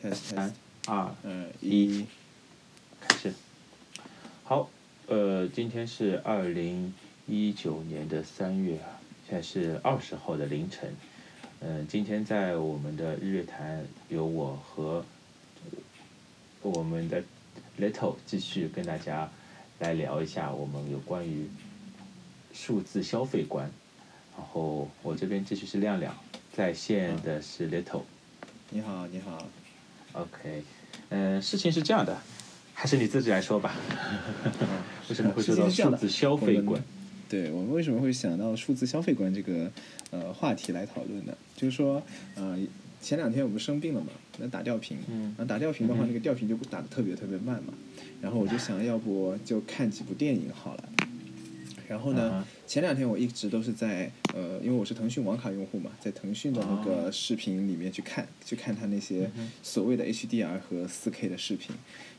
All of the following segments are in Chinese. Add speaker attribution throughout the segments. Speaker 1: test
Speaker 2: 三
Speaker 1: test，
Speaker 2: 二
Speaker 1: 嗯，
Speaker 2: 啊一，开始。好，呃，今天是二零一九年的三月啊，现在是二十号的凌晨。嗯、今天在我们的日月潭有我和呃我们的 Little 继续跟大家来聊一下我们有关于数字消费观。然后我这边继续是亮亮，在线的是 Little。
Speaker 1: 你好，你好，
Speaker 2: OK，嗯、事情是这样的，还是你自己来说吧。为什么会
Speaker 1: 事
Speaker 2: 说
Speaker 1: 情
Speaker 2: 到
Speaker 1: 是这样
Speaker 2: 数
Speaker 1: 的
Speaker 2: 字消费
Speaker 1: 我
Speaker 2: 观
Speaker 1: 们？对我们为什么会想到数字消费观这个呃话题来讨论呢？就是说，呃，前两天我们生病了嘛，那打吊瓶，
Speaker 2: 嗯
Speaker 1: 那打吊瓶的话，
Speaker 2: 嗯
Speaker 1: 那个吊瓶就打的特别特别慢嘛，然后我就想要不就看几部电影好了。然后呢
Speaker 2: 嗯哼
Speaker 1: 前两天我一直都是在呃，因为我是腾讯网卡用户嘛，在腾讯的那
Speaker 2: 哦
Speaker 1: 个视频里面去看，去看它那些
Speaker 2: 嗯哼
Speaker 1: 所谓的 HDR 和 4K 的视频。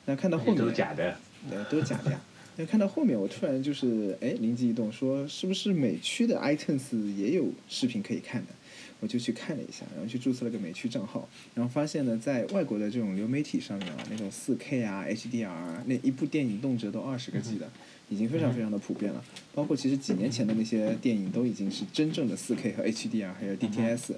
Speaker 1: 那看到后面
Speaker 2: 都是假的。
Speaker 1: 对，都是呃假的呀。但看到后面，我突然就是哎，灵机一动，说是不是美区的 iTunes 也有视频可以看的？我就去看了一下，然后去注册了个美区账号，然后发现呢，在外国的这种流媒体上面啊，那种 4K 啊、HDR 啊，那一部电影动辄都二十个 G 的，已经非常非常的普遍了。包括其实几年前的那些电影都已经是真正的 4K 和 HDR 还有 DTS。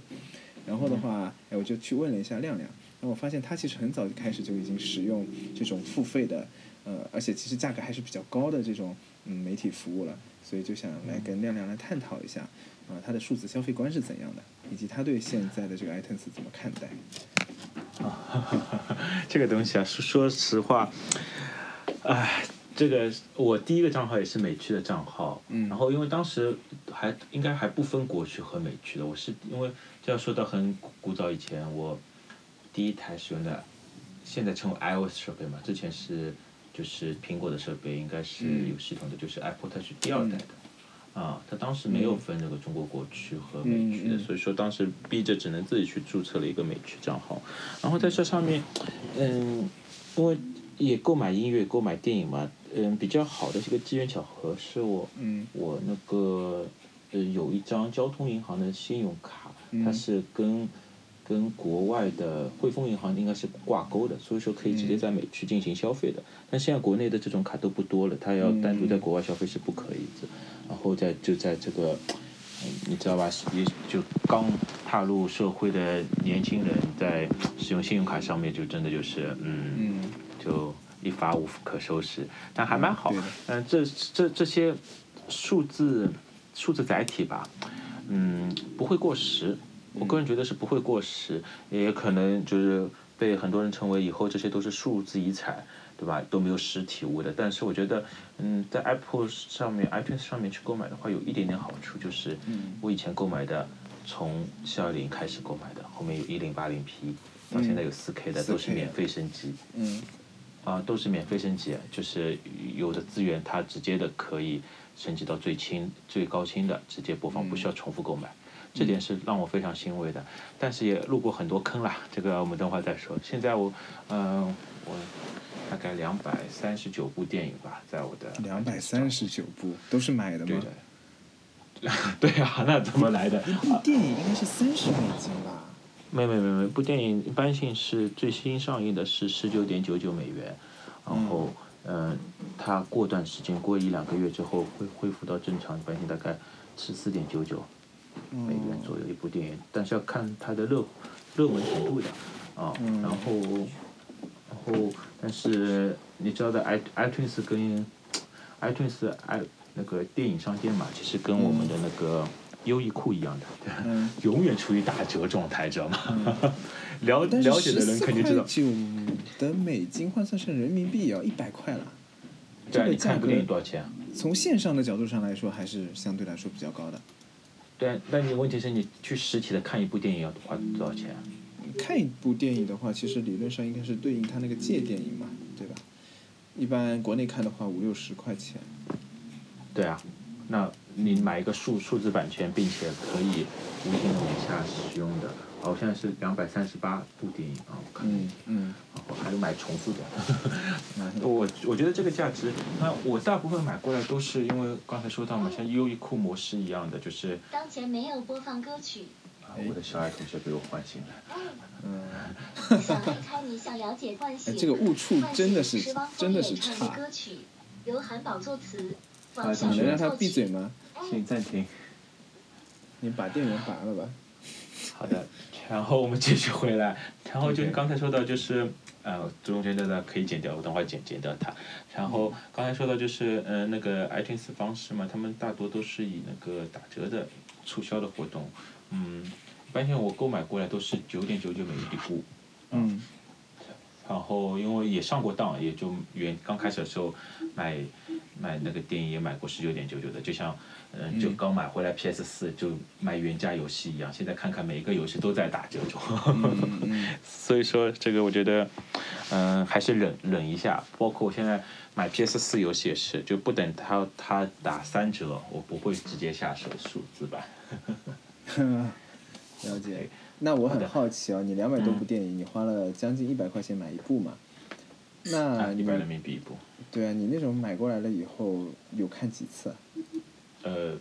Speaker 1: 然后的话，哎，我就去问了一下亮亮，然后我发现他其实很早就开始就已经使用这种付费的，呃，而且其实价格还是比较高的这种嗯媒体服务了，所以就想来跟亮亮来探讨一下，啊、他的数字消费观是怎样的，以及他对现在的这个 iTunes 怎么看待。
Speaker 2: 这个东西啊，说说实话，唉，这个我第一个账号也是美区的账号，
Speaker 1: 嗯
Speaker 2: 然后因为当时还应该还不分国区和美区的，我是因为这要说到很古古早以前，我第一台使用的，现在称为 iOS 设备嘛，之前是就是苹果的设备，应该是
Speaker 1: 嗯
Speaker 2: 有系统的，就是 Apple Touch 第二代的。啊，它当时没有分这个中国国区和美区的，
Speaker 1: 嗯嗯嗯
Speaker 2: 所以说当时逼着只能自己去注册了一个美区账号，然后在这上面，嗯，因为也购买音乐、购买电影嘛，嗯，比较好的一个机缘巧合是我，
Speaker 1: 嗯
Speaker 2: 我那个呃有一张交通银行的信用卡，
Speaker 1: 嗯
Speaker 2: 它是跟跟国外的汇丰银行应该是挂钩的，所以说可以直接
Speaker 1: 嗯
Speaker 2: 在美区进行消费的。但现在国内的这种卡都不多了，它要单独在
Speaker 1: 嗯
Speaker 2: 国外消费是不可以的。然后在就在这个，嗯你知道吧？也就刚踏入社会的年轻人在使用信用卡上面，就真的就是嗯
Speaker 1: 嗯
Speaker 2: 就一发无可收拾，但还蛮好。
Speaker 1: 对
Speaker 2: 嗯
Speaker 1: 的、
Speaker 2: 这这这些数字数字载体吧，嗯，不会过时。我个人觉得是不会过时，也可能就是被很多人称为以后这些都是数字遗产，对吧？都没有实体物的。但是我觉得，嗯，在 Apple 上面、iTunes 上面去购买的话，有一点点好处，就是
Speaker 1: 嗯
Speaker 2: 我以前购买的，从4 2 0开始购买的，后面有1 0 8 0 P，到
Speaker 1: 嗯
Speaker 2: 现在有 4K 的，都是
Speaker 1: 4K
Speaker 2: 免费升级。
Speaker 1: 嗯
Speaker 2: 啊、都是免费升级，就是有的资源它直接的可以升级到最清、最高清的，直接播放，不需要
Speaker 1: 嗯
Speaker 2: 重复购买，这点是让我非常欣慰的。但是也路过很多坑啦，这个我们等会儿再说。现在我，嗯、我大概两百三十九部电影吧，在我的
Speaker 1: 两百三十九部都是买的
Speaker 2: 对
Speaker 1: 吗？
Speaker 2: 的， 对啊，那怎么来的？
Speaker 1: 一部电影应该是三十美金吧？
Speaker 2: 没没没没，部电影一般性是最新上映的是十九点九九美元，然后嗯、呃，它过段时间过一两个月之后会恢复到正常，一般性大概十四点九九
Speaker 1: 哦
Speaker 2: 美
Speaker 1: 嗯
Speaker 2: 元左右一部电影，但是要看它的热热门程度的啊，
Speaker 1: 嗯
Speaker 2: 然后然后但是你知道的 i iTunes 跟 iTunes i 那个电影商店嘛，其实跟我们的那个优衣库一样的，对
Speaker 1: 嗯，
Speaker 2: 永远处于打折状态，知道吗？了
Speaker 1: 但是
Speaker 2: 了解的人肯定知道，
Speaker 1: 九的美金换算成人民币也要一百块了。
Speaker 2: 对
Speaker 1: 这
Speaker 2: 啊，
Speaker 1: 个
Speaker 2: 你看
Speaker 1: 价
Speaker 2: 部
Speaker 1: 格
Speaker 2: 电影多少钱？
Speaker 1: 从线上的角度上来说，还是相对来说比较高的。
Speaker 2: 对啊，那你问题是你去实体的看一部电影要花多少钱？
Speaker 1: 看一部电影的话，其实理论上应该是对应它那个借电影嘛，对吧？一般国内看的话，五六十块钱。
Speaker 2: 对啊，那你买一个数数字版权，并且可以无限的往下使用的，好像是两百三十八部电影啊，我看了一下。
Speaker 1: 嗯
Speaker 2: 然后还有买重复的。我我觉得这个价值，那我大部分买过来都是因为刚才说到嘛，像优衣库模式一样的，就是
Speaker 3: 当前没有播放歌曲，
Speaker 2: 啊、我的小爱同学被我唤醒了。
Speaker 3: 想来猜你想了解唤
Speaker 4: 哎
Speaker 3: 醒，，
Speaker 4: 这个误触真的是
Speaker 3: 是汪
Speaker 4: 真
Speaker 3: 峰
Speaker 4: 的
Speaker 3: 演
Speaker 4: 是
Speaker 3: 唱的
Speaker 4: 差，
Speaker 3: 歌曲，由韩宝作词，
Speaker 2: 啊
Speaker 3: 王
Speaker 2: 怎
Speaker 3: 小
Speaker 2: 么
Speaker 4: 你能
Speaker 3: 源
Speaker 4: 让他
Speaker 3: 作
Speaker 4: 闭嘴
Speaker 3: 曲。
Speaker 4: 吗？
Speaker 2: 请暂停。
Speaker 4: 你把电源拔了吧。
Speaker 2: 好的，然后我们继续回来，然后就是
Speaker 4: OK
Speaker 2: 刚才说到就是呃中间的呢可以剪掉，我等会儿剪剪掉它。然后刚才说到就是呃那个 iTunes 方式嘛，他们大多都是以那个打折的促销的活动，嗯，一般性我购买过来都是九点九九美一股。
Speaker 4: 嗯
Speaker 2: 然后因为也上过当，也就原刚开始的时候买买那个电影也买过十九点九九的，就像嗯、就
Speaker 4: 嗯
Speaker 2: 刚买回来 PS 四就买原价游戏一样，现在看看每一个游戏都在打折中，
Speaker 4: 嗯嗯，
Speaker 2: 所以说这个我觉得嗯、还是忍忍一下，包括我现在买 PS 四游戏也是，就不等它它打三折，我不会直接下手数字版。
Speaker 4: 嗯了解。那我很好
Speaker 1: 啊
Speaker 4: 奇哦，你两百多部电影，你花了将近一百块钱买一部嘛？
Speaker 2: 啊，
Speaker 4: 那
Speaker 2: 一
Speaker 4: 你
Speaker 2: 百人
Speaker 4: 们
Speaker 2: 民币一部，
Speaker 4: 对啊，你那种买过来了以后有看几次啊？
Speaker 2: 呃，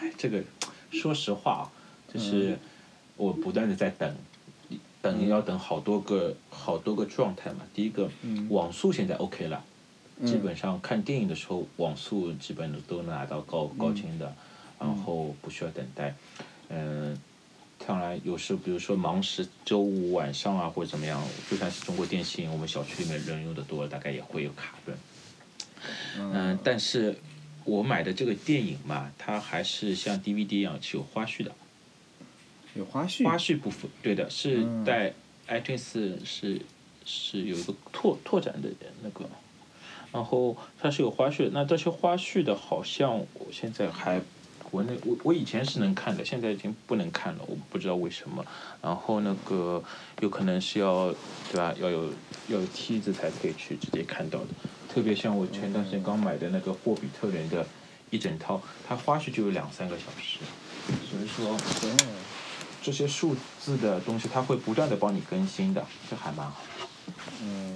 Speaker 2: 哎，这个说实话啊，就是我不断的在等，等要等好多个好多个状态嘛。第一个，
Speaker 4: 嗯
Speaker 2: 网速现在 OK 了，基
Speaker 4: 嗯
Speaker 2: 本上看电影的时候网速基本都能拿到高高清的，然后不需要等待。嗯、当然有时比如说忙时周五晚上啊或者怎么样，就算是中国电信，我们小区里面人用的多，大概也会有卡顿。嗯，但是我买的这个电影嘛，它还是像 DVD 一样是有花絮的，
Speaker 4: 有花絮。
Speaker 2: 花絮部分对的，是
Speaker 4: 嗯
Speaker 2: 在 iTunes 是是有一个拓拓展的那个，然后它是有花絮的，那这些花絮的好像我现在还。国内我我以前是能看的，现在已经不能看了，我不知道为什么。然后那个有可能是要对吧，要有要有梯子才可以去直接看到的。特别像我前段时间刚买的那个霍比特人的一整套，它花絮就有两三个小时，所以说
Speaker 4: 哦
Speaker 2: 这些数字的东西，它会不断的帮你更新的，这还蛮好。
Speaker 4: 嗯，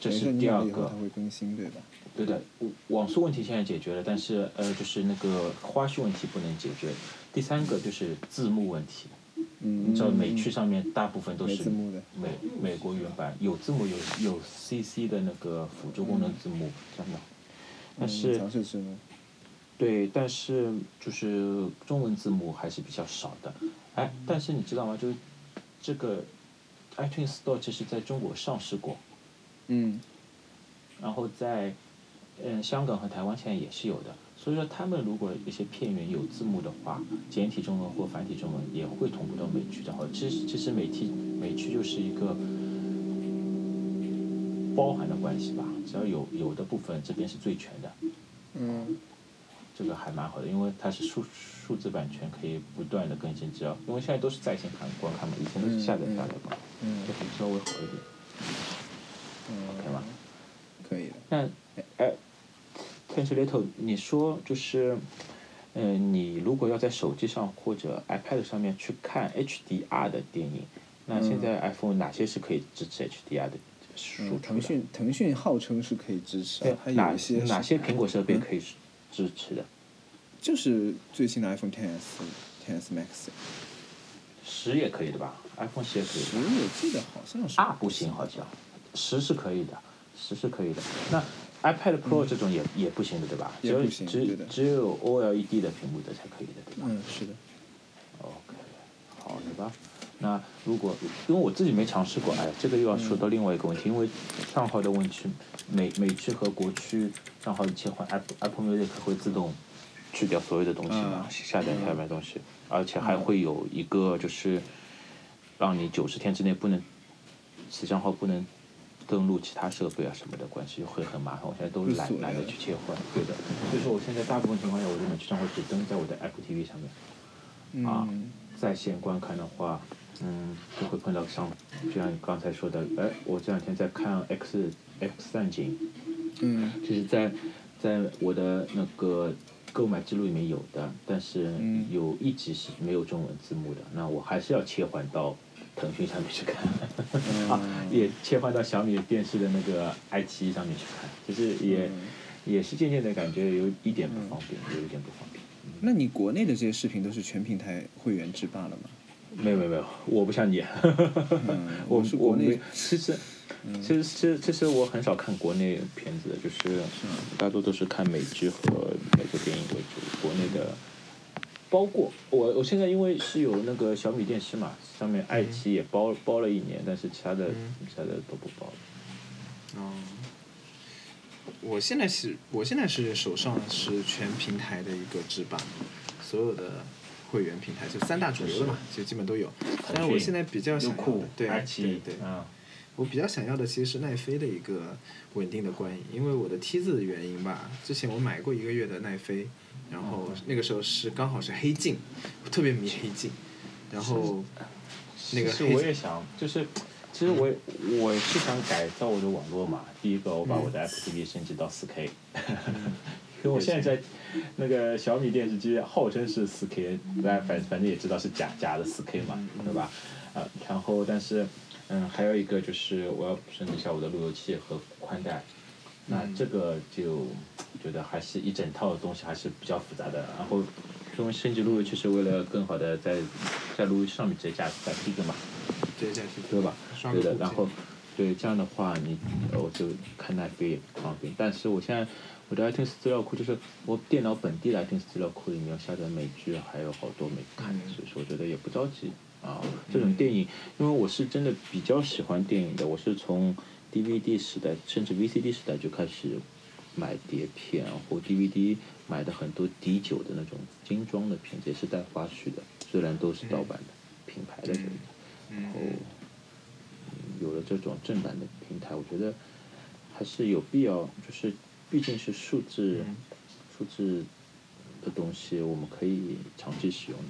Speaker 2: 这
Speaker 4: 等于说
Speaker 2: 是
Speaker 4: 你
Speaker 2: 第
Speaker 4: 买
Speaker 2: 二
Speaker 4: 了以后
Speaker 2: 个
Speaker 4: 它，会更新对吧？
Speaker 2: 对的，网速问题现在解决了，但是呃，就是那个花絮问题不能解决。第三个就是字幕问题，
Speaker 4: 嗯，
Speaker 2: 你知道美剧上面大部分都
Speaker 4: 没
Speaker 2: 是
Speaker 4: 字幕的。
Speaker 2: 美美国原版有字幕有有 CC 的那个辅助
Speaker 4: 嗯
Speaker 2: 功能字幕，真的。但是
Speaker 4: 尝试嗯字幕。
Speaker 2: 对，但是就是中文字幕还是比较少的。哎，但是你知道吗？就是这个 iTunes Store 其实在中国上市过，
Speaker 4: 嗯
Speaker 2: 然后在嗯香港和台湾现在也是有的。所以说，他们如果一些片源有字幕的话，简体中文或繁体中文也会同步到美区的话。其实，其实美体美区就是一个包含的关系吧，只要有有的部分这边是最全的。
Speaker 4: 嗯
Speaker 2: 这个还蛮好的，因为它是数数字版权可以不断的更新，只要因为现在都是在线看观看嘛，以前都是下载下来嘛，
Speaker 4: 嗯
Speaker 2: 这会稍微好一点。OK 吧
Speaker 4: 嗯，可以的。
Speaker 2: 那哎，Tension Little，你说就是，嗯、你如果要在手机上或者 iPad 上面去看 HDR 的电影，那现在 iPhone 哪些是可以支持 HDR 的输出
Speaker 4: 嗯，
Speaker 2: 的？
Speaker 4: 腾讯腾讯号称是可以支持
Speaker 2: 对
Speaker 4: 啊，还有
Speaker 2: 哪
Speaker 4: 一些
Speaker 2: 哪
Speaker 4: 是嗯
Speaker 2: 些苹果设备可以支持的？
Speaker 4: 就是最新的 iPhone Ten S、Ten S Max，
Speaker 2: 十也可以的吧？iPhone 十也可以的吧
Speaker 4: 十。我记得好像是
Speaker 2: 啊，不行，好像十是可以的，十是可以的。那 iPad Pro 这种也、也不行的，对吧？
Speaker 4: 嗯
Speaker 2: 只
Speaker 4: 也
Speaker 2: 有
Speaker 4: 不行对
Speaker 2: 只
Speaker 4: 的
Speaker 2: 只有 OLED 的屏幕的才可以的，对吧、
Speaker 4: 嗯，是的，
Speaker 2: o k 好的吧。那如果因为我自己没尝试过，哎，这个又要说到另外一个问题，因为上号的问题，美美区和国区账号一切换，Apple Apple Music 会自动去掉所有的东西嘛，
Speaker 4: 啊
Speaker 2: 下载下面的东西，而且还会有一个就是让你九十天之内不能，此账号不能登录其他设备啊什么的关系，会很麻烦。我现在都
Speaker 4: 会
Speaker 2: 懒
Speaker 4: 锁
Speaker 2: 懒得
Speaker 4: 掉
Speaker 2: 去切换，对的。所以说我现在大部分情况下，我的美区账号只登在我的 Apple TV 上面。啊
Speaker 4: 嗯，
Speaker 2: 在线观看的话，嗯，就会碰到像就像你刚才说的，哎，我这两天在看 X X 战警，
Speaker 4: 嗯
Speaker 2: 就是在在我的那个购买记录里面有的，但是
Speaker 4: 嗯
Speaker 2: 有一集是没有中文字幕的，那我还是要切换到腾讯上面去看，
Speaker 4: 嗯
Speaker 2: 啊， 也切换到小米电视的那个爱奇艺上面去看，就是也、
Speaker 4: 嗯
Speaker 1: 嗯
Speaker 2: 也是渐渐的感觉有一点不方便，有一点不方便。
Speaker 4: 那你国内的这些视频都是全平台会员制霸了吗？
Speaker 2: 没有没有没有，我不像你，
Speaker 4: 嗯，
Speaker 2: 我
Speaker 4: 是
Speaker 2: 我
Speaker 4: 国
Speaker 2: 没
Speaker 4: 内，
Speaker 2: 其实。其实，其实，其实我很少看国内片子的，就是大多都是看美剧和美国电影为主。国内的，包括我，我现在因为是有那个小米电视嘛，上面爱奇艺也包包了一年，但是其他的
Speaker 1: 嗯
Speaker 2: 其他的都不包了。
Speaker 1: 哦，我现在是，我现在是手上是全平台的一个制霸，所有的会员平台就三大主流的嘛，就基本都有。但是我现在比较想要的，对
Speaker 2: 爱奇
Speaker 1: 对
Speaker 2: 艺，
Speaker 1: 对，
Speaker 2: 嗯，
Speaker 1: 我比较想要的其实是奈飞的一个稳定的观影，因为我的 T 字的原因吧，之前我买过一个月的奈飞，然
Speaker 2: 哦
Speaker 1: 后那个时候是刚好是黑镜，我特别迷黑镜，然后那个
Speaker 2: 其实
Speaker 1: 黑
Speaker 2: 我也想，就是其实我也我也是想改造我的网络嘛。第一个，我把我
Speaker 1: 嗯
Speaker 2: 的 Apple TV 升级到 4K，因为 我现在在那个小米电视机号称是 4K，大家反反正也知道是假假的 4K 嘛
Speaker 1: 嗯，嗯
Speaker 2: 对吧？啊，然后但是嗯，还有一个就是我要升级一下我的路由器和宽带，那
Speaker 1: 嗯
Speaker 2: 这个就觉得还是一整套的东西还是比较复杂的，然后。因为升级路由器是为了更好的在在路由器上面直接加加梯子嘛，
Speaker 1: 对这样去
Speaker 2: 对吧？
Speaker 1: 刷
Speaker 2: 对
Speaker 1: 个
Speaker 2: 的，
Speaker 1: 户
Speaker 2: 然
Speaker 1: 籍
Speaker 2: 后对这样的话你，呃我就看奈飞也不方便。但是我现在我的 iTunes 资料库就是我电脑本地的 iTunes 资料库里面下载美剧还有好多没看，
Speaker 1: 嗯
Speaker 2: 所以说我觉得也不着急啊。这种电影，因为我是真的比较喜欢电影的，我是从 DVD 时代甚至 VCD 时代就开始买碟片，或 DVD 买的很多 D 九的那种精装的片子，也是带花絮的，虽然都是盗版的、品牌的这种。然后
Speaker 1: 嗯。
Speaker 2: 嗯有了这种正版的平台，我觉得还是有必要，就是毕竟是数字、
Speaker 1: 嗯
Speaker 2: 数字的东西，我们可以长期使用的，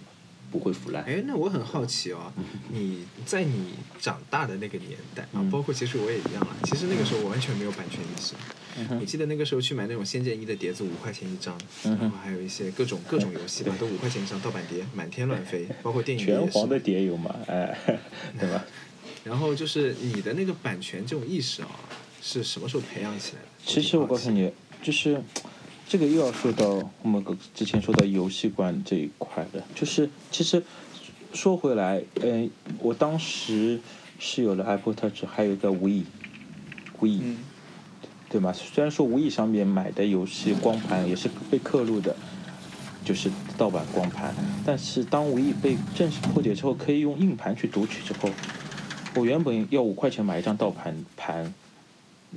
Speaker 2: 不会腐烂。
Speaker 1: 哎，那我很好奇哦，
Speaker 2: 嗯
Speaker 1: 你在你长大的那个年代啊，
Speaker 2: 嗯
Speaker 1: 包括其实我也一样了。其实那个时候我完全没有版权意识。
Speaker 2: 嗯
Speaker 1: 我记得那个时候去买那种《仙剑一》的碟子，五块钱一张，
Speaker 2: 嗯哼嗯
Speaker 1: 然后还有一些各种各种游戏吧，都五块钱一张，盗版碟满天乱飞，包括电影碟
Speaker 2: 拳
Speaker 1: 也
Speaker 2: 皇的
Speaker 1: 是。
Speaker 2: 碟有吗？哎，对吧？
Speaker 1: 然后就是你的那个版权这种意识啊、是什么时候培养起来的？
Speaker 2: 其实我告诉你，就是这个又要说到我们之前说到游戏观这一块的，就是其实说回来，嗯、我当时是有了 Apple Touch，还有一个 We We，、
Speaker 4: 嗯
Speaker 2: 对吗？虽然说 We 上面买的游戏光盘也是被刻录的，就是盗版光盘，但是当 We 被正式破解之后，可以用硬盘去读取之后，我原本要五块钱买一张盗盘盘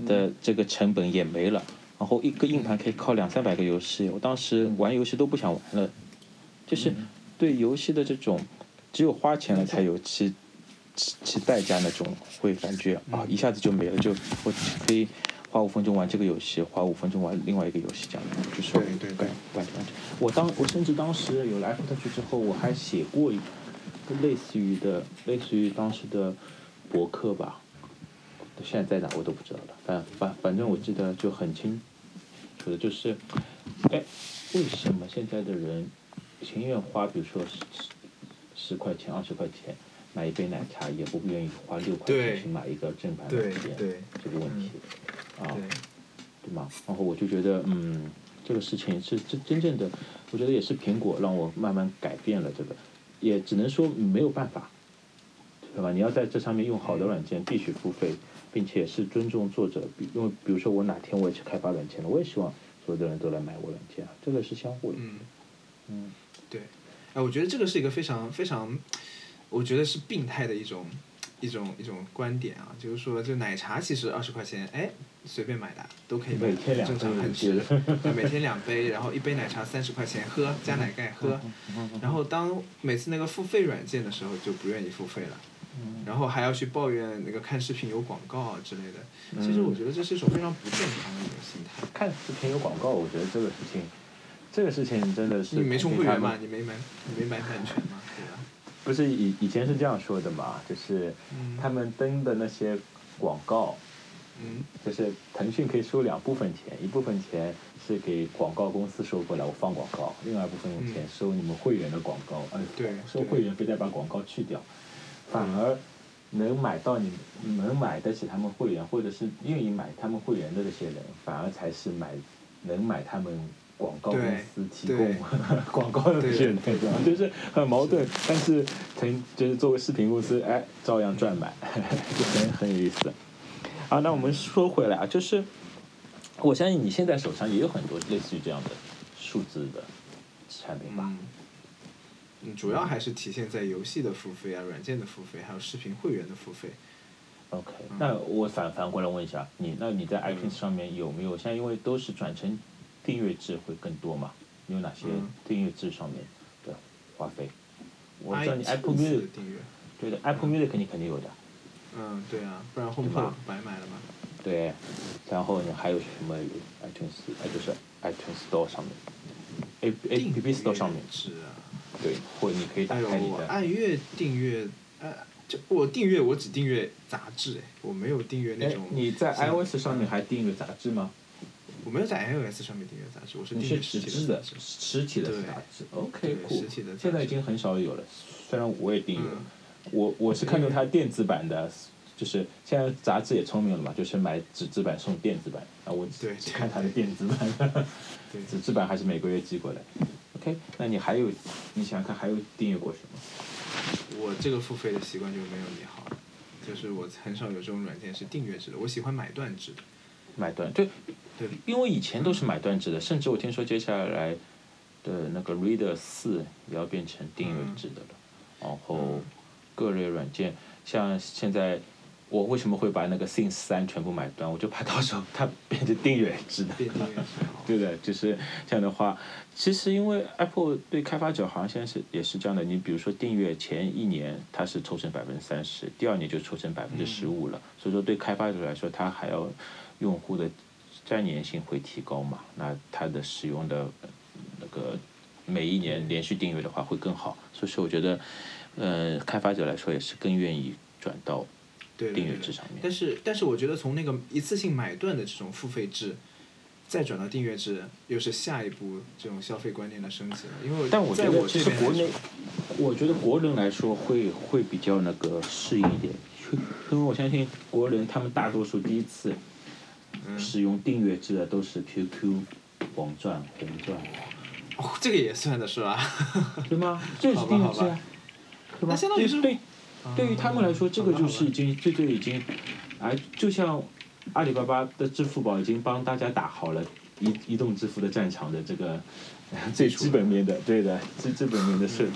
Speaker 2: 的这个成本也没了，然后一个硬盘可以拷两三百个游戏，我当时玩游戏都不想玩了，就是对游戏的这种只有花钱了才有期期期待价那种，会感觉啊一下子就没了，就我可以花五分钟玩这个游戏，花五分钟玩另外一个游戏，这样就是
Speaker 1: 对对对
Speaker 2: 感完全完全。我当我甚至当时有了 Apple Touch 之后，我还写过一个类似于的，类似于当时的博客吧，现在在哪我都不知道了。反反反正我记得就很清楚的，就是，哎，为什么现在的人情愿花，比如说十十十块钱、二十块钱买一杯奶茶，也不愿意花六块
Speaker 1: 对
Speaker 2: 钱去买一个正版的
Speaker 1: 对
Speaker 2: 碟
Speaker 1: 对嗯
Speaker 2: 这个问题，啊
Speaker 1: 对，，
Speaker 2: 对吗？然后我就觉得，嗯，这个事情是真真正的，我觉得也是苹果让我慢慢改变了这个，也只能说没有办法，对吧？你要在这上面用好的软件，必须付费，并且是尊重作者。比因为比如说我哪天我也去开发软件了，我也希望所有的人都来买我软件啊，这个是相互的。
Speaker 1: 嗯。
Speaker 2: 嗯，
Speaker 1: 对，哎，我觉得这个是一个非常非常，我觉得是病态的一种一种一种观点啊，就是说，这奶茶其实二十块钱，哎，随便买的都可以买，
Speaker 2: 每天两杯
Speaker 1: 正常很
Speaker 2: 其
Speaker 1: 值
Speaker 2: 实，
Speaker 1: 对每天两杯，然后一杯奶茶三十块钱喝，加奶盖
Speaker 2: 嗯
Speaker 1: 喝，然后当每次那个付费软件的时候就不愿意付费了。
Speaker 2: 嗯
Speaker 1: 然后还要去抱怨那个看视频有广告啊之类
Speaker 2: 嗯
Speaker 1: 的，其实我觉得这是一种非常不健康的一种心态。
Speaker 2: 看视频有广告，我觉得这个事情，这个事情真的是
Speaker 1: 你没充会员
Speaker 2: 嘛
Speaker 1: 嘛？？你没买，你没买版权嘛？对吧？
Speaker 2: 不是以以前是这样说的嘛，就是
Speaker 1: 嗯
Speaker 2: 他们登的那些广告，
Speaker 1: 嗯。
Speaker 2: 就是腾讯可以收两部分钱，一部分钱是给广告公司收过来，我放广告；，另外一部分钱
Speaker 1: 嗯
Speaker 2: 收你们会员的广告，呃，
Speaker 1: 对
Speaker 2: 收
Speaker 1: 对
Speaker 2: 会员费再把广告去掉，反而能买到你能买得起他们会员，或者是愿意买他们会员的这些人，反而才是买能买他们广告公司提供
Speaker 1: 对
Speaker 2: 广告的
Speaker 1: 对
Speaker 2: 片段，就是很矛盾，但是成就是作为视频公司，哎，照样赚满， 就很很有意思。好，那我们说回来啊，就是我相信你现在手上也有很多类似于这样的数字的产品吧？
Speaker 1: 嗯，嗯主要还是体现在游戏的付费啊、软件的付费，还有视频会员的付费。
Speaker 2: OK，
Speaker 1: 嗯
Speaker 2: 那我反反过来问一下你，那你在 iTunes 上面有没有现在因为都是转成订阅制会更多嘛？你有哪些
Speaker 1: 嗯
Speaker 2: 订阅制上面的花费？我知道你 Apple
Speaker 1: iTunes 的
Speaker 2: Music
Speaker 1: 订阅，
Speaker 2: 对的，Apple Music 你肯定有的，
Speaker 1: 嗯，对啊，不然
Speaker 2: 对吧
Speaker 1: HomePod 白买了嘛。
Speaker 2: 对。然后你还有什么 iTunes，哎，就是 iTunes Store 上面，A A
Speaker 1: 订
Speaker 2: 哎 P P
Speaker 1: 阅
Speaker 2: Store 上面，
Speaker 1: 制啊，
Speaker 2: 对，或者你可以打
Speaker 1: 还有
Speaker 2: 开你
Speaker 1: 哎我
Speaker 2: 的
Speaker 1: 按月订阅，呃，就我订阅我只订阅杂志，哎，我没有订阅那
Speaker 2: 哎
Speaker 1: 种，，
Speaker 2: 你在
Speaker 1: 像
Speaker 2: iOS 上面还订阅杂志吗？
Speaker 1: 我没有在 iOS 上面订阅杂志，我是
Speaker 2: 你
Speaker 1: 订
Speaker 2: 嗯是
Speaker 1: 阅实
Speaker 2: 纸质
Speaker 1: 体
Speaker 2: 的
Speaker 1: 杂志。
Speaker 2: 实体的
Speaker 1: 对
Speaker 2: 杂志，OK，
Speaker 1: 对
Speaker 2: 酷
Speaker 1: 实体的。杂志
Speaker 2: 现在已经很少有了，虽然我也订阅了，
Speaker 1: 嗯
Speaker 2: 我我是看中它电子版的，就是现在杂志也聪明了嘛，就是买纸质版送电子版，啊，我只
Speaker 1: 对
Speaker 2: 只
Speaker 1: 对
Speaker 2: 看它的
Speaker 1: 对
Speaker 2: 电子版，
Speaker 1: 对，
Speaker 2: 纸质版还是每个月寄过来。OK，那你还有，你想想看，还有订阅过什么？
Speaker 1: 我这个付费的习惯就没有你好，就是我很少有这种软件是订阅制的，我喜欢买断制的。
Speaker 2: 买断嗯对，
Speaker 1: 对，
Speaker 2: 因为以前都是买断制的，甚至我听说接下来的那个 Reader 四也要变成订阅制的了。然后
Speaker 1: 嗯
Speaker 2: 各类软件，像现在我为什么会把那个 Things 三全部买断？我就怕到时候它变成订阅制的。
Speaker 1: 变订阅制好。
Speaker 2: 对的，就是这样的话，其实因为 Apple 对开发者好像现在是也是这样的，你比如说订阅前一年它是抽成百分之三十，第二年就抽成百分之十五了，所以说对开发者来说，它还要用户的粘粘性会提高嘛，那它的使用的呃那个每一年连续订阅的话会更好，所以说我觉得，呃，开发者来说也是更愿意转到
Speaker 1: 对的
Speaker 2: 订阅
Speaker 1: 对的
Speaker 2: 制上面
Speaker 1: 但是，但是我觉得从那个一次性买断的这种付费制，再转到订阅制，又是下一步这种消费观念的升级了。因为
Speaker 2: 但我觉
Speaker 1: 在
Speaker 2: 得
Speaker 1: 我
Speaker 2: 其
Speaker 1: 这
Speaker 2: 实
Speaker 1: 边
Speaker 2: 国
Speaker 1: 来
Speaker 2: 内
Speaker 1: 说，
Speaker 2: 我觉得国人来说会会比较那个适应一点，因为我相信国人他们大多数第一次
Speaker 1: 嗯，
Speaker 2: 使用订阅制的都是 QQ、网钻、红钻，
Speaker 1: 哦，这个也算的是吧？
Speaker 2: 对吗？这是
Speaker 1: 好吧
Speaker 2: 订阅
Speaker 1: 好
Speaker 2: 制
Speaker 1: 吧
Speaker 2: 啊，对吧？
Speaker 1: 那相当于
Speaker 2: 就是
Speaker 1: 是
Speaker 2: 对对于他们来说，这个就
Speaker 1: 好吧
Speaker 2: 是已经这就已经，哎，就像阿里巴巴的支付宝已经帮大家打好了移移动支付的战场的这 个呃最基本面的，对的，最基本面的设计。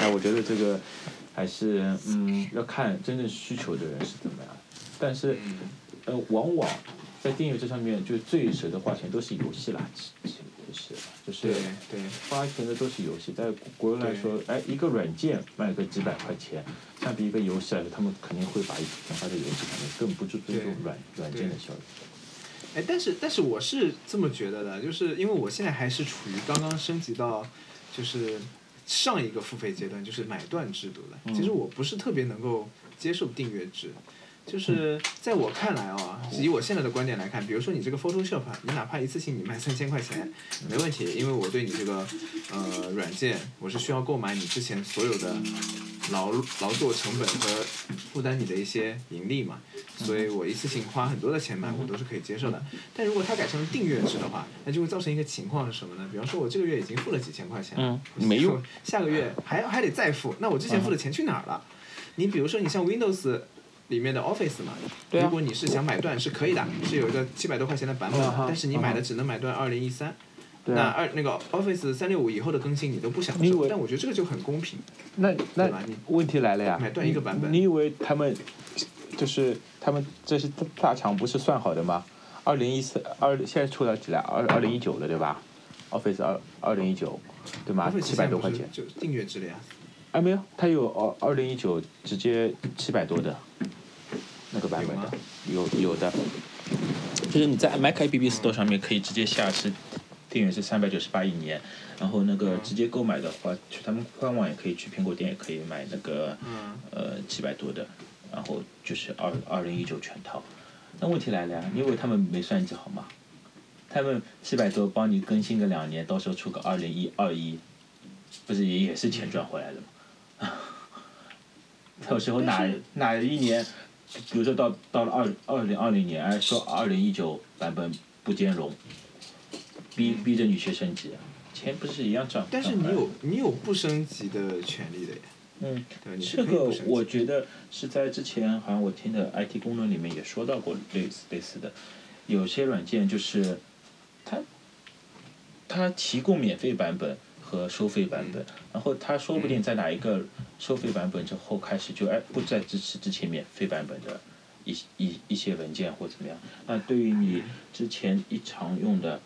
Speaker 2: 哎，我觉得这个还是嗯，要看真正需求的人是怎么样。但是
Speaker 1: 嗯，
Speaker 2: 呃，往往在订阅这上面，就最舍得花钱都是游戏啦，其其实就是
Speaker 1: 对
Speaker 2: 就是
Speaker 1: 对，
Speaker 2: 花钱的都是游戏，在国人来说，哎，一个软件卖个几百块钱，相比一个游戏来说，他们肯定会把钱花在游戏上面，更不注尊重
Speaker 1: 对
Speaker 2: 软软件的效率。
Speaker 1: 哎，但是但是我是这么觉得的，就是因为我现在还是处于刚刚升级到，就是上一个付费阶段，就是买断制度的。其实
Speaker 2: 嗯
Speaker 1: 我不是特别能够接受订阅制，就是在我看来啊、以我现在的观点来看，比如说你这个 Photoshop，啊你哪怕一次性你卖三千块钱，没问题，因为我对你这个呃软件，我是需要购买你之前所有的劳劳作成本和负担你的一些盈利嘛，所以我一次性花很多的钱买，我都是可以接受的。但如果它改成订阅制的话，那就会造成一个情况是什么呢？比方说我这个月已经付了几千块钱了，
Speaker 2: 嗯没用，
Speaker 1: 下个月还还得再付，那我之前付的钱去哪儿了？你比如说你像 Windows。里面的 Office 嘛，
Speaker 2: 对啊
Speaker 1: 如果你是想买断是可以的，是有一个七百多块钱的版本
Speaker 2: 嗯啊
Speaker 1: 的
Speaker 2: 哼，
Speaker 1: 但是你买的只能买断二零一三，那二那个 Office 三六五以后的更新你都不享
Speaker 2: 你以
Speaker 1: 受
Speaker 2: 为，
Speaker 1: 但我觉得这个就很公平。
Speaker 2: 那
Speaker 1: 那对吧你
Speaker 2: 问题来了呀
Speaker 1: 买断一个版本
Speaker 2: 你以为他们就是他们这是大厂不是算好的吗？二零一四二现在出了几来二二零一九了对吧？Office 二二零一九对吗？
Speaker 1: Office
Speaker 2: 啊七百多块钱
Speaker 1: 现在。不是就订阅制的呀。
Speaker 2: 哎，没有，它有二二零一九直接七百多的那个版本的，有有的，就是你在 Mac App Store 上面可以直接下是订阅是三百九十八一年，然后那个
Speaker 1: 嗯
Speaker 2: 直接购买的话，去他们官网也可以，去苹果店也可以买那个
Speaker 1: 嗯
Speaker 2: 呃七百多的，然后就是二二零一九全套。那问题来了呀，你以为他们没算计好吗？他们七百多帮你更新个两年，到时候出个二零一二一，不是也也是钱赚回来的吗？ 到时候哪
Speaker 1: 但是
Speaker 2: 哪一年，比如说到到了二二零二零年，哎，说二零一九版本不兼容，逼逼着你去升级啊，钱不是一样赚？
Speaker 1: 但是你有你有不升级的权利的呀，
Speaker 2: 嗯，
Speaker 1: 对吧？你
Speaker 2: 这
Speaker 1: 是可以
Speaker 2: 个
Speaker 1: 不升级
Speaker 2: 我觉得是在之前好像我听的 IT 公论里面也说到过类似类似的，有些软件就是它它提供免费版本和收费版本，
Speaker 1: 嗯
Speaker 2: 然后它说不定在哪一个收费版本之后开始就哎不再支持之前免费版本的一一一些文件或怎么样，那对于你之前一常用的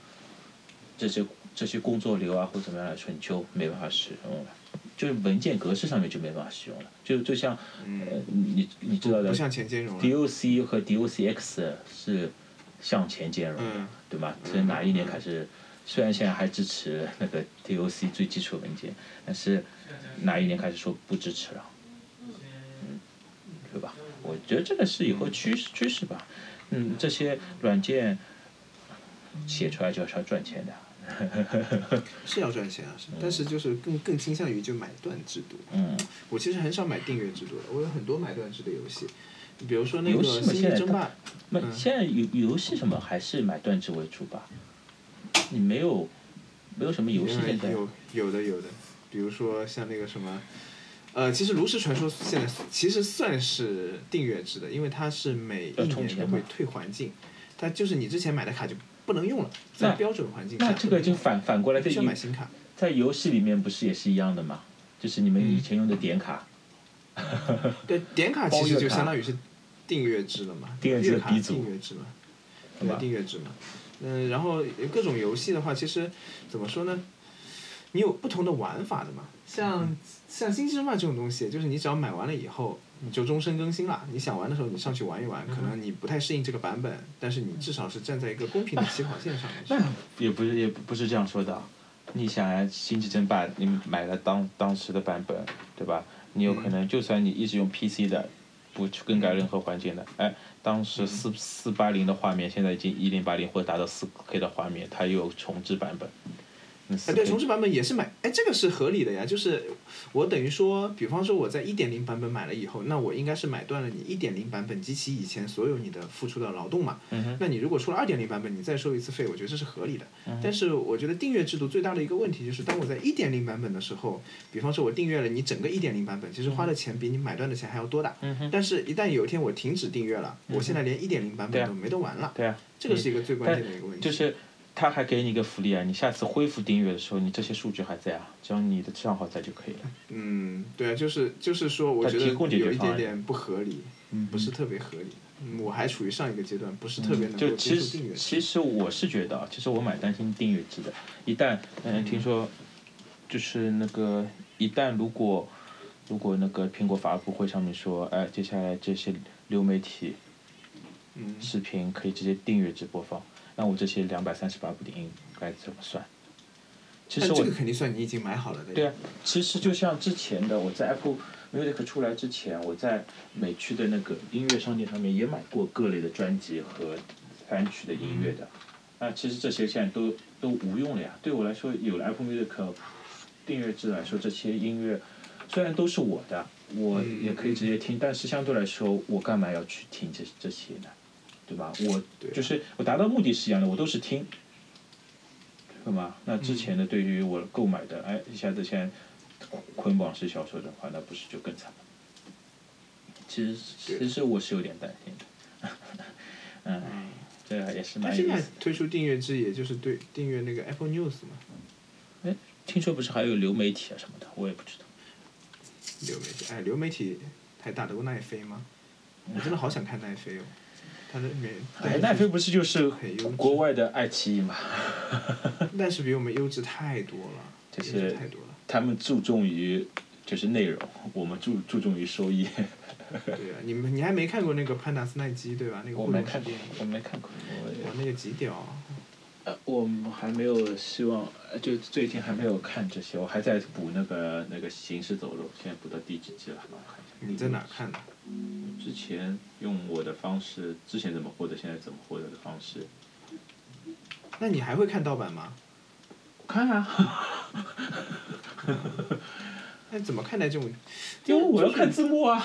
Speaker 2: 这些这些工作流啊或怎么样来说，你就没办法使用了。就是文件格式上面就没办法使用了，就就像，呃，你你知道的
Speaker 1: 嗯不像钱兼容啊了。
Speaker 2: ，DOC 和 DOCX 是向前兼容的，
Speaker 1: 嗯
Speaker 2: 对吧？这哪一年开始？虽然现在还支持那个 DOC 最基础文件，但是哪一年开始说不支持了？嗯，对吧？我觉得这个是以后趋势趋势吧。嗯，这些软件写出来就是要赚钱的。
Speaker 1: 是要赚钱啊，是但是就是更更倾向于就买断制度。
Speaker 2: 嗯，
Speaker 1: 我其实很少买订阅制度的，我有很多买断制的游戏，比如说那个
Speaker 2: 游
Speaker 1: 《
Speaker 2: 戏
Speaker 1: 星
Speaker 2: 嘛
Speaker 1: 际
Speaker 2: 现在
Speaker 1: 争霸》，
Speaker 2: 那
Speaker 1: 嗯
Speaker 2: 现在游游戏什么还是买断制为主吧？你没有没有什么游戏现在
Speaker 1: 嗯有有的有的，比如说像那个什么，呃，其实《炉石传说》现在其实算是订阅制的，因为它是每一
Speaker 2: 要充
Speaker 1: 年
Speaker 2: 钱
Speaker 1: 都
Speaker 2: 吗
Speaker 1: 会退环境，它就是你之前买的卡就不能用了，
Speaker 2: 那
Speaker 1: 在标准环境下
Speaker 2: 那这个就反反过来
Speaker 1: 必
Speaker 2: 在
Speaker 1: 须要
Speaker 2: 游
Speaker 1: 买新卡。
Speaker 2: 在游戏里面不是也是一样的吗？就是你们以前用的点卡，
Speaker 1: 对，点卡其
Speaker 2: 包月
Speaker 1: 实就
Speaker 2: 卡
Speaker 1: 相当于是订阅制了嘛，
Speaker 2: 订阅制的
Speaker 1: 月卡
Speaker 2: 鼻祖
Speaker 1: 订阅制嘛，
Speaker 2: 对吧
Speaker 1: 对，订阅制嘛。嗯，然后各种游戏的话，其实怎么说呢？你有不同的玩法的嘛，
Speaker 2: 嗯
Speaker 1: 像像星际争霸这种东西，就是你只要买完了以后，你就终身更新了。你想玩的时候，你上去玩一玩，
Speaker 2: 嗯
Speaker 1: 可能你不太适应这个版本，但是你至少是站在一个公平的起跑线上面去。
Speaker 2: 那也不是也不不是这样说的啊。你想啊，《星际争霸》你买了当当时的版本，对吧？你有可能就算你一直用 PC 的，不去更改任何环境的，哎，当时四四八零的画面，现在已经一零八零或者达到四 K 的画面，它又有重置版本。那
Speaker 1: 哎，
Speaker 2: 四
Speaker 1: 对，
Speaker 2: K
Speaker 1: 重置版本也是买，哎，这个是合理的呀。就是我等于说，比方说我在一点零版本买了以后，那我应该是买断了你一点零版本及其以前所有你的付出的劳动嘛。
Speaker 2: 嗯哼嗯
Speaker 1: 那你如果出了二点零版本，你再收一次费，我觉得这是合理的。但是我觉得订阅制度最大的一个问题就是，当我在一点零版本的时候，比方说我订阅了你整个一点零版本，其实花的钱比你买断的钱还要多的。
Speaker 2: 嗯哼嗯
Speaker 1: 但是，一旦有一天我停止订阅了，我现在连一点零版
Speaker 2: 对
Speaker 1: 本
Speaker 2: 啊
Speaker 1: 都没得玩了，
Speaker 2: 对啊，
Speaker 1: 这个是一个最关
Speaker 2: 但
Speaker 1: 键的一个问题。
Speaker 2: 就是他还给你一个福利啊，你下次恢复订阅的时候，你这些数据还在啊，只要你的账号在就可以了。
Speaker 1: 嗯，对啊，就是就是说，我
Speaker 2: 它
Speaker 1: 觉得
Speaker 2: 提供解决
Speaker 1: 有一
Speaker 2: 方
Speaker 1: 点
Speaker 2: 案嗯
Speaker 1: 点不合理，不是特别合理。嗯我还处于上一个阶段，不是特别能
Speaker 2: 就
Speaker 1: 够
Speaker 2: 其
Speaker 1: 接
Speaker 2: 实
Speaker 1: 受订阅制。
Speaker 2: 其实我是觉得啊，其实我蛮担心订阅制的。一旦嗯、听说就是那个一旦如果如果那个苹果发布会上面说，哎，接下来这些流媒体
Speaker 1: 嗯，
Speaker 2: 视频可以直接订阅制播放，那我这些两百三十八部电影该怎么算？其
Speaker 1: 但
Speaker 2: 实我
Speaker 1: 哎这个肯定算你已经买好了的。
Speaker 2: 对啊，，其实就像之前的，我在 Apple Music 出来之前，我在美区的那个音乐商店上面也买过各类的专辑和单曲的音乐的。那其实这些现在都都无用了呀。对我来说，有了 Apple Music 订阅制来说，这些音乐虽然都是我的，我
Speaker 1: 嗯
Speaker 2: 也可以直接听，但是相对来说，我干嘛要去听这这些呢？对吧？我
Speaker 1: 对啊
Speaker 2: 就是我达到目的是一样的，我都是听，对吗？那之前的对于我购买的，哎，一下子现在捆捆绑式销售的话，那不是就更惨了？其实
Speaker 1: 对
Speaker 2: 其实我是有点担心的，嗯，这也是
Speaker 1: 它
Speaker 2: 蛮有
Speaker 1: 现
Speaker 2: 意
Speaker 1: 在
Speaker 2: 思。
Speaker 1: 推出订阅制，也就是对订阅那个 Apple News 嘛，
Speaker 2: 听说不是还有流媒体啊什么的，我也不知道。
Speaker 1: 流媒体。哎，流媒体还打得过奈飞吗？我真的好想看奈飞哦，它的免，
Speaker 2: 哎，奈
Speaker 1: 但
Speaker 2: 飞
Speaker 1: 是
Speaker 2: 不是就是
Speaker 1: 很优质
Speaker 2: 国外的爱奇艺嘛？
Speaker 1: 但是比我们优质太多了，
Speaker 2: 就
Speaker 1: 优
Speaker 2: 是
Speaker 1: 质太多了。
Speaker 2: 他们注重于就是内容，我们注注重于收益。
Speaker 1: 对啊，你们你还没看过那个潘达斯奈基对吧？那个
Speaker 2: 我
Speaker 1: 互
Speaker 2: 没
Speaker 1: 动
Speaker 2: 看
Speaker 1: 式
Speaker 2: 过
Speaker 1: 电影，，
Speaker 2: 我没看过，我也
Speaker 1: 哇，那个极屌啊！
Speaker 2: 呃，我们还没有希望，呃就最近还没有看这些，我还在补那个那个《行尸走肉》，现在补到第几集了？帮我看一下。
Speaker 1: 你在哪儿看的？
Speaker 2: 嗯之前用我的方式，之前怎么获得，现在怎么获得的方式？
Speaker 1: 那你还会看盗版吗？
Speaker 2: 看啊，
Speaker 1: 那怎么看待这种？
Speaker 2: 因为我要看字幕啊，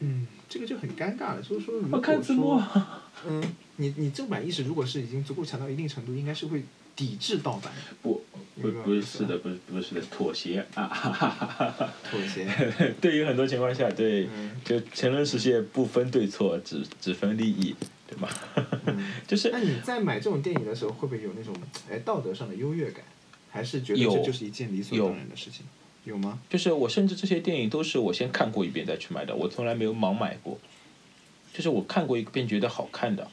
Speaker 1: 嗯，这个就很尴尬了。就是说，如
Speaker 2: 我
Speaker 1: 果
Speaker 2: 看字幕
Speaker 1: 说
Speaker 2: 啊。
Speaker 1: 嗯，你你正版意识如果是已经足够强到一定程度，应该是会抵制盗版的
Speaker 2: 不不
Speaker 1: 明白
Speaker 2: 不是的，不是不是的，妥协啊！ 哈哈哈哈
Speaker 1: 妥协。
Speaker 2: 对于很多情况下，对，
Speaker 1: 嗯
Speaker 2: 就前轮实现不分对错，只只分利益，对吧？
Speaker 1: 嗯
Speaker 2: 就是
Speaker 1: 那你在买这种电影的时候，会不会有那种哎道德上的优越感，还是觉得
Speaker 2: 有
Speaker 1: 这就是一件理所当然的事情？有吗？
Speaker 2: 就是我甚至这些电影都是我先看过一遍再去买的，我从来没有盲买过。就是我看过一遍觉得好看的，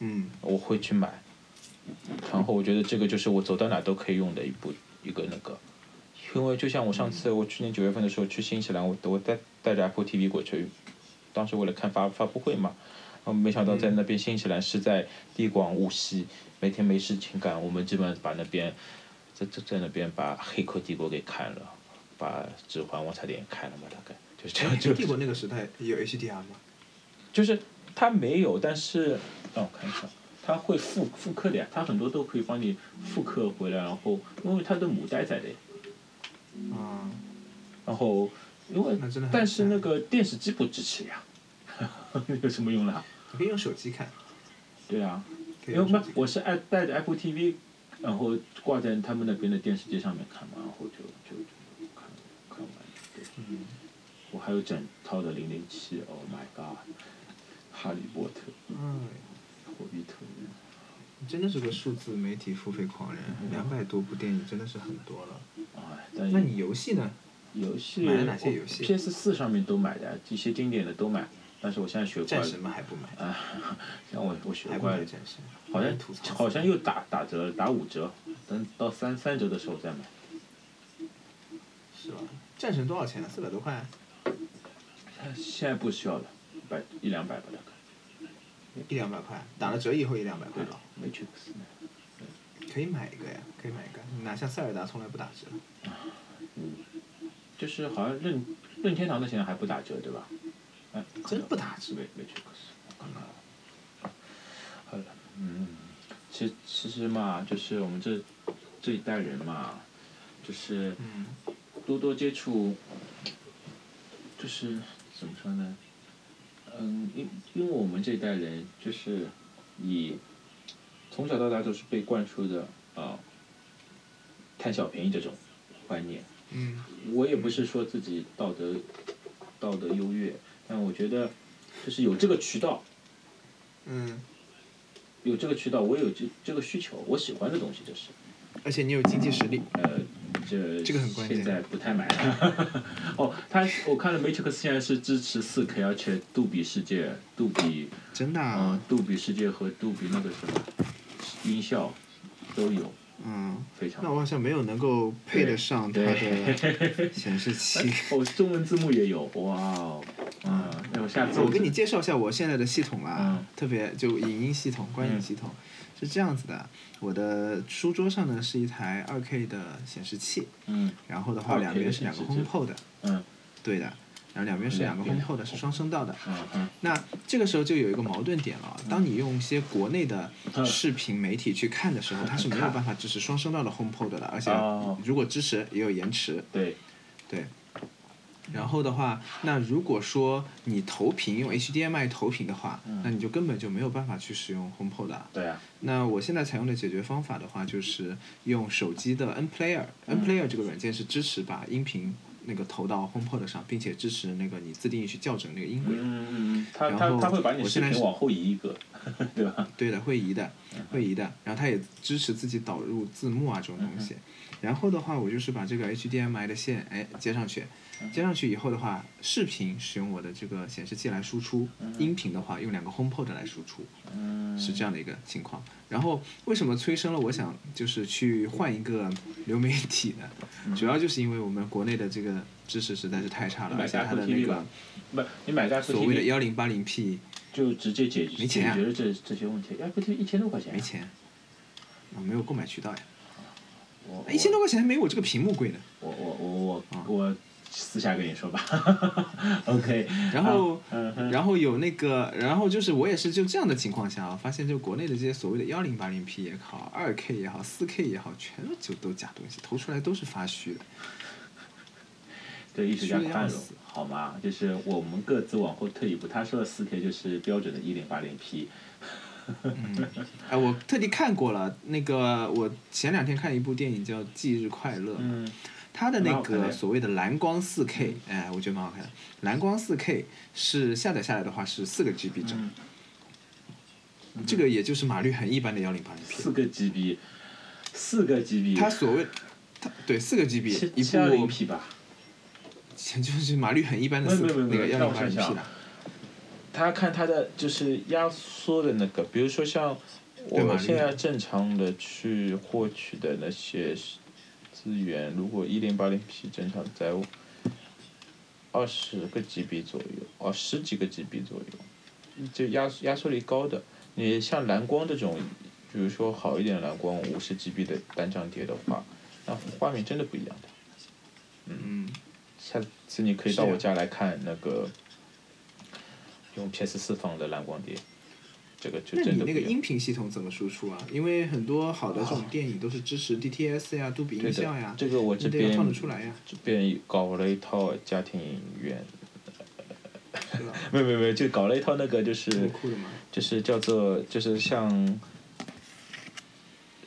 Speaker 1: 嗯
Speaker 2: 我会去买。然后我觉得这个就是我走到哪都可以用的一部一个那个，因为就像我上次我去年九月份的时候去新西兰，我我带带着 Apple TV 过去，当时为了看发发布会嘛，然后没想到在那边新西兰是在地广物稀，每天没事情干，我们基本上把那边在在在那边把《黑客帝国》给看了，把《指环王》差点也看了嘛，大概就是这
Speaker 1: 哎
Speaker 2: 样就
Speaker 1: 帝国那个时代有 HDR 吗？
Speaker 2: 就是它没有，但是让我看一下，它会复复刻的呀，它很多都可以帮你复刻回来，然后因为它的母带在的呀，
Speaker 1: 啊、
Speaker 2: 然后因为
Speaker 1: 那真的很
Speaker 2: 但是那
Speaker 1: 惨
Speaker 2: 个电视机不支持呀， 有什么用啦？
Speaker 1: 你可以用手机看，
Speaker 2: 对啊，
Speaker 1: 可以
Speaker 2: 因
Speaker 1: 用
Speaker 2: 为
Speaker 1: 手
Speaker 2: 不
Speaker 1: 机看。
Speaker 2: 我是爱带着 Apple TV，然后挂在他们那边的电视机上面看嘛，然后就就就看看完，对，
Speaker 1: 嗯，
Speaker 2: 我还有整套的零零七，Oh my god，哈利波特，
Speaker 1: 嗯，
Speaker 2: 火比特人。
Speaker 1: 你真的是个数字媒体付费狂人，两百多部电影真的是很多了。
Speaker 2: 哎，但
Speaker 1: 那你游戏呢？
Speaker 2: 游戏
Speaker 1: 买了哪些游戏
Speaker 2: ？PS 四上面都买的，一些经典的都买。但是我现在学乖
Speaker 1: 战
Speaker 2: 了
Speaker 1: 神，吗？还不买？
Speaker 2: 啊，让我我学
Speaker 1: 还不
Speaker 2: 乖
Speaker 1: 买
Speaker 2: 了，
Speaker 1: 战神？
Speaker 2: 好像
Speaker 1: 吐槽。
Speaker 2: 好像又打打折，打五折，等到三三折的时候再买。
Speaker 1: 是吧？战神多少钱啊？四百多块啊，
Speaker 2: 现在不需要了，一百一两百吧大概。
Speaker 1: 一两百块，打了折以后一两百块
Speaker 2: 对
Speaker 1: 了
Speaker 2: 了。，Matrix 呢？
Speaker 1: 可以买一个呀，可以买一个。哪像塞尔达从来不打折，
Speaker 2: 就是好像任任天堂的现在还不打折对吧？哎，
Speaker 1: 真不打折
Speaker 2: 没没去过，我看看啊。好了，嗯，其实其实嘛，就是我们这这一代人嘛，就是
Speaker 1: 嗯，
Speaker 2: 多多接触，就是怎么说呢？嗯，因因为我们这一代人就是以从小到大都是被灌输的啊、贪小便宜这种观念。
Speaker 1: 嗯，
Speaker 2: 我也不是说自己道德道德优越，但我觉得就是有这个渠道，
Speaker 1: 嗯，
Speaker 2: 有这个渠道，我有这这个需求，我喜欢的东西就是。
Speaker 1: 而且你有经济实力，
Speaker 2: 呃，这
Speaker 1: 这个很关键
Speaker 2: 现在不太买了。哦，他我看了 Matrix 现在是支持 4K，而且杜比世界、杜比
Speaker 1: 真的、
Speaker 2: 嗯、
Speaker 1: 啊，
Speaker 2: 杜比世界和杜比那个什么音效都有，
Speaker 1: 嗯，
Speaker 2: 非常
Speaker 1: 那。我好像没有能够配得上它的显示器。
Speaker 2: 哦，中文字幕也有，哇哦，啊、那我下次
Speaker 1: 我给你介绍一下我现在的系统啦，
Speaker 2: 嗯
Speaker 1: 特别就影音系统、观影系统、是这样子的。我的书桌上呢是一台二 K 的显示器，
Speaker 2: 嗯
Speaker 1: 然后的话
Speaker 2: 2K
Speaker 1: 两边是两个
Speaker 2: 的显示器
Speaker 1: HomePod 的，
Speaker 2: 嗯
Speaker 1: 对的，然后两边是两个
Speaker 2: 两边
Speaker 1: HomePod 的是双声道的。
Speaker 2: 嗯嗯
Speaker 1: 那这个时候就有一个矛盾点了，当你用一些国内的
Speaker 2: 嗯
Speaker 1: 视频媒体去看的时候，它是没有办法支持双声道的 HomePod 的，而且
Speaker 2: 哦
Speaker 1: 如果支持也有延迟。
Speaker 2: 对，
Speaker 1: 对。然后的话，那如果说你投屏用 HDMI 投屏的话，那你就根本就没有办法去使用 HomePod 了。
Speaker 2: 对啊，
Speaker 1: 那我现在采用的解决方法的话，就是用手机的 N Player，N Player 这个软件是支持把音频那个投到 HomePod 上，并且支持那个你自定义去校整那个音轨。
Speaker 2: 嗯嗯嗯，他
Speaker 1: 然
Speaker 2: 他
Speaker 1: 后
Speaker 2: 他会把你
Speaker 1: 我
Speaker 2: 视
Speaker 1: 现在
Speaker 2: 频
Speaker 1: 是
Speaker 2: 往后移一个，对吧？
Speaker 1: 对的，会移的，
Speaker 2: 嗯
Speaker 1: 会移的。然后它也支持自己导入字幕啊这种
Speaker 2: 嗯
Speaker 1: 东西。然后的话，我就是把这个 HDMI 的线哎接上去，
Speaker 2: 嗯
Speaker 1: 接上去以后的话，视频使用我的这个显示器来输出，音频的话用两个 HomePod 来输出，
Speaker 2: 嗯，
Speaker 1: 是这样的一个情况。然后为什么催生了我想就是去换一个流媒体
Speaker 2: 嗯
Speaker 1: 呢？主要就是因为我们国内的这个支持实在是太差了，
Speaker 2: 买
Speaker 1: 而且
Speaker 2: 家
Speaker 1: 它
Speaker 2: 和
Speaker 1: 的那
Speaker 2: TV
Speaker 1: 个
Speaker 2: 吧，不，你买家和
Speaker 1: 所谓的
Speaker 2: TV
Speaker 1: 幺零八零 P
Speaker 2: 就直接解决
Speaker 1: 没钱啊
Speaker 2: 解决了这这些问题。哎，不就一千多块钱啊？
Speaker 1: 没钱，啊没有购买渠道呀。
Speaker 2: 我，我
Speaker 1: 哎一千多块钱还没我这个屏幕贵呢。
Speaker 2: 我我我
Speaker 1: 啊
Speaker 2: 我我私下跟你 说吧。OK，
Speaker 1: 然后，
Speaker 2: 嗯哼，
Speaker 1: 然后有那个，然后就是我也是就这样的情况下啊，发现就国内的这些所谓的幺零八零 P 也好，二 K 也好，四 K 也好，全就都假东西，投出来都是发虚的。
Speaker 2: 对艺术家
Speaker 1: 虚的要
Speaker 2: 宽容
Speaker 1: 死，
Speaker 2: 好吗？就是我们各自往后退一步。他说的四 K 就是标准的一点八零 P，
Speaker 1: 哎，我特地看过了，那个我前两天看一部电影叫《忌日快乐》，
Speaker 2: 嗯，
Speaker 1: 它的
Speaker 2: 蛮
Speaker 1: 那
Speaker 2: 好看的
Speaker 1: 个所谓的蓝光四 K，哎，我觉得蛮好看的。蓝光四 K 是下载下来的话是四个 GB 整，
Speaker 2: 嗯
Speaker 1: 这个也就是码率很一般的幺零八零 P
Speaker 2: 四。个 GB，四个 GB，
Speaker 1: 它所谓，它对四个 GB
Speaker 2: 七
Speaker 1: 一
Speaker 2: 七二零
Speaker 1: 部
Speaker 2: P 吧？
Speaker 1: 就是码率很一般的
Speaker 2: 没有
Speaker 1: 四
Speaker 2: 没有
Speaker 1: 那个
Speaker 2: 没有没有
Speaker 1: 幺
Speaker 2: 让
Speaker 1: 零
Speaker 2: 我
Speaker 1: 八零 P
Speaker 2: 想想
Speaker 1: 的，
Speaker 2: 他看他的就是压缩的那个，比如说像
Speaker 1: 对
Speaker 2: 我
Speaker 1: 嘛
Speaker 2: 现在正常的去获取的那些资源，如果一零八零 P 正常在二十个 GB 左右，哦十几个 GB 左右，就压缩压缩率高的。你像蓝光这种，比如说好一点的蓝光五十 GB 的单张碟的话，那画面真的不一样的。
Speaker 1: 嗯，
Speaker 2: 下次你可以到
Speaker 1: 是啊
Speaker 2: 我家来看那个用 PS 四放的蓝光碟，这个就
Speaker 1: 那
Speaker 2: 真
Speaker 1: 你
Speaker 2: 的不
Speaker 1: 那个
Speaker 2: 一样。啊
Speaker 1: 音频系统怎么输出啊？因为很多好的这种电影都是支持 DTS 呀、杜比
Speaker 2: 对
Speaker 1: 音
Speaker 2: 的
Speaker 1: 效呀，
Speaker 2: 这个我这
Speaker 1: 你得
Speaker 2: 边
Speaker 1: 放得出 来呀，
Speaker 2: 这边搞了一套家庭影院，
Speaker 1: 是吧？
Speaker 2: 没有没有没有，就搞了一套那个就是
Speaker 1: 挺酷的嘛。
Speaker 2: 就是叫做就是像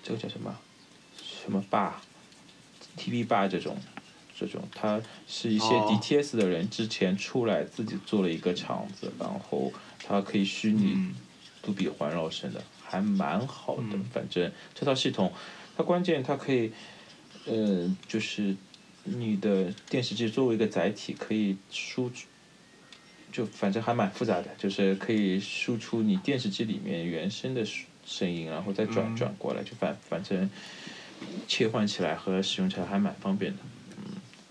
Speaker 2: 这个叫什么什么吧 TV 吧这种这种，它是一些
Speaker 1: 哦
Speaker 2: DTS 的人之前出来自己做了一个场子，然后它可以虚拟
Speaker 1: 嗯
Speaker 2: 杜比环绕声的，还蛮好的
Speaker 1: 嗯。
Speaker 2: 反正这套系统，它关键它可以，呃，就是你的电视机作为一个载体，可以输出，就反正还蛮复杂的，就是可以输出你电视机里面原声的声声音，然后再转
Speaker 1: 嗯
Speaker 2: 转过来，就反反正切换起来和使用起来还蛮方便的。嗯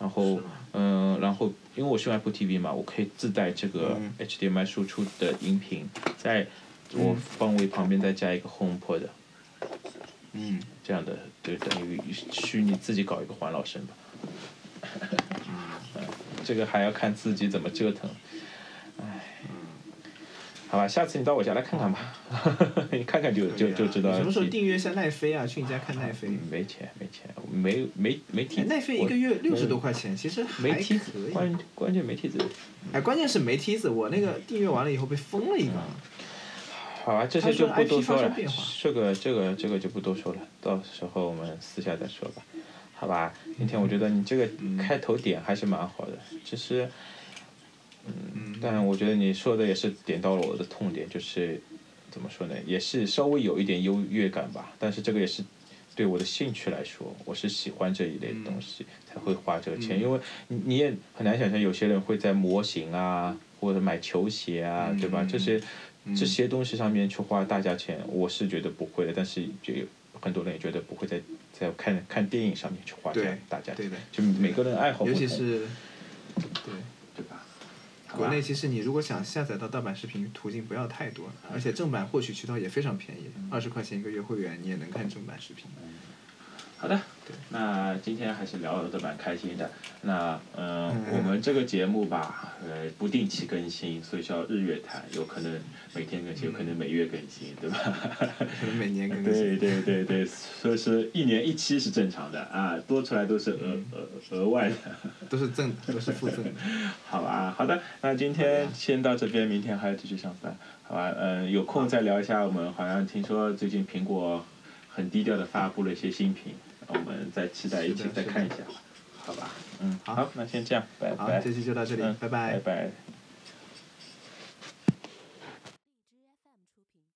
Speaker 2: 然后
Speaker 1: 是吗，
Speaker 2: 嗯、然后因为我是用 Apple TV 嘛，我可以自带这个
Speaker 1: 嗯
Speaker 2: HDMI 输出的音频，在我方位旁边再加一个 HomePod，
Speaker 1: 嗯，
Speaker 2: 这样的就等于虚拟自己搞一个环绕声吧。
Speaker 1: 嗯
Speaker 2: 啊这个还要看自己怎么折腾。唉，好吧，下次你到我家来看看吧， 你看看就就就知道
Speaker 1: 啊你什么时候
Speaker 2: 自己
Speaker 1: 订阅一下奈飞啊？去你家看奈飞。
Speaker 2: 没钱没钱，没没没
Speaker 1: 哎
Speaker 2: 梯子。
Speaker 1: 奈飞一
Speaker 2: 我
Speaker 1: 个月六十多块钱，其实还
Speaker 2: 没
Speaker 1: 可
Speaker 2: 梯
Speaker 1: 以。
Speaker 2: 子，关关键没梯子。
Speaker 1: 哎，关键是没梯子，我那个订阅完了以后被封了一个。
Speaker 2: 嗯好啊，这些就不多说
Speaker 1: 他说 IP 发
Speaker 2: 了
Speaker 1: 生变化，
Speaker 2: 这个这个这个就不多说了，到时候我们私下再说吧，好吧？今天我觉得你这个开头点还是蛮好的，只是，嗯，但我觉得你说的也是点到了我的痛点，就是怎么说呢，也是稍微有一点优越感吧，但是这个也是。对我的兴趣来说，我是喜欢这一类东西才会花这个钱，因为你你也很难想象有些人会在模型啊，或者买球鞋啊，对吧？
Speaker 1: 嗯
Speaker 2: 这些这些东西上面去花大价钱，我是觉得不会的，但是就有很多人也觉得不会在在看看电影上面去花这样
Speaker 1: 对
Speaker 2: 大价钱，
Speaker 1: 对的
Speaker 2: 就每个人爱好不
Speaker 1: 尤
Speaker 2: 同，
Speaker 1: 其是，对，
Speaker 2: 对吧？好吧
Speaker 1: 国内其实你如果想下载到盗版视频，途径不要太多，
Speaker 2: 嗯
Speaker 1: 而且正版获取渠道也非常便宜，二十块钱一个月会员你也能看正版视频。
Speaker 2: 嗯好的
Speaker 1: 对，
Speaker 2: 那今天还是聊得蛮开心的。那、呃、
Speaker 1: 嗯
Speaker 2: 嗯，我们这个节目吧，呃，不定期更新，所以叫日月潭，有可能每天更新，有可能每月更新，对吧？
Speaker 1: 可能每年更
Speaker 2: 对
Speaker 1: 新。
Speaker 2: 对对对，所以是一年一期是正常的啊，多出来都是额额额外的。
Speaker 1: 都是赠的，都是附赠的。
Speaker 2: 好吧，好的，那今天先到这边，明天还要继续上班，好吧？嗯，有空再聊一下。我们好像听说最近苹果很低调的发布了一些新品，我们再期待一起
Speaker 1: 是的
Speaker 2: 再
Speaker 1: 是的
Speaker 2: 看一下，好吧？嗯，
Speaker 1: 好
Speaker 2: 好，那先这样，拜
Speaker 1: 好
Speaker 2: 拜，，
Speaker 1: 这期就到这里
Speaker 2: 嗯，
Speaker 1: 拜拜
Speaker 2: 拜拜。